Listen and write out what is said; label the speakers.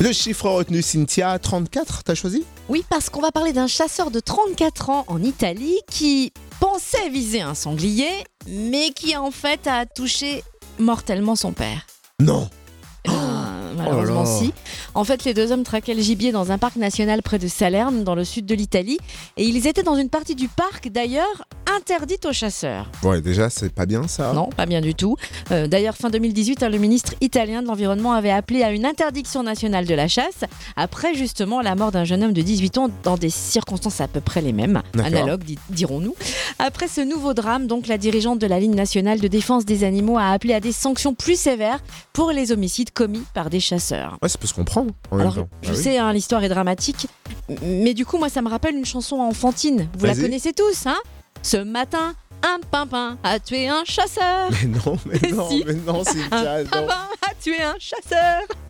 Speaker 1: Le chiffre retenu, Cynthia, 34, t'as choisi
Speaker 2: Oui, parce qu'on va parler d'un chasseur de 34 ans en Italie qui pensait viser un sanglier, mais qui en fait a touché mortellement son père.
Speaker 1: Non.
Speaker 2: Eh ben, malheureusement,
Speaker 1: là là.
Speaker 2: si. En fait, les deux hommes traquaient le gibier dans un parc national près de Salerne, dans le sud de l'Italie, et ils étaient dans une partie du parc, d'ailleurs, interdite aux chasseurs.
Speaker 1: Ouais, déjà, c'est pas bien ça.
Speaker 2: Non, pas bien du tout. Euh, D'ailleurs, fin 2018, hein, le ministre italien de l'Environnement avait appelé à une interdiction nationale de la chasse, après justement la mort d'un jeune homme de 18 ans dans des circonstances à peu près les mêmes,
Speaker 1: D'accord.
Speaker 2: analogues dit- dirons-nous. Après ce nouveau drame, donc la dirigeante de la ligne nationale de défense des animaux a appelé à des sanctions plus sévères pour les homicides commis par des chasseurs.
Speaker 1: Ouais, ça peut se comprendre. En
Speaker 2: Alors,
Speaker 1: même temps.
Speaker 2: je
Speaker 1: Ah oui.
Speaker 2: sais, hein, l'histoire est dramatique, m- mais du coup, moi, ça me rappelle une chanson enfantine. Vous la
Speaker 1: Vas-y.
Speaker 2: connaissez tous, hein Ce matin, un pimpin a tué un chasseur.
Speaker 1: Mais non, mais
Speaker 2: Mais
Speaker 1: non,
Speaker 2: si.
Speaker 1: mais non, Cynthia,
Speaker 2: Un
Speaker 1: non.
Speaker 2: pimpin a tué un chasseur.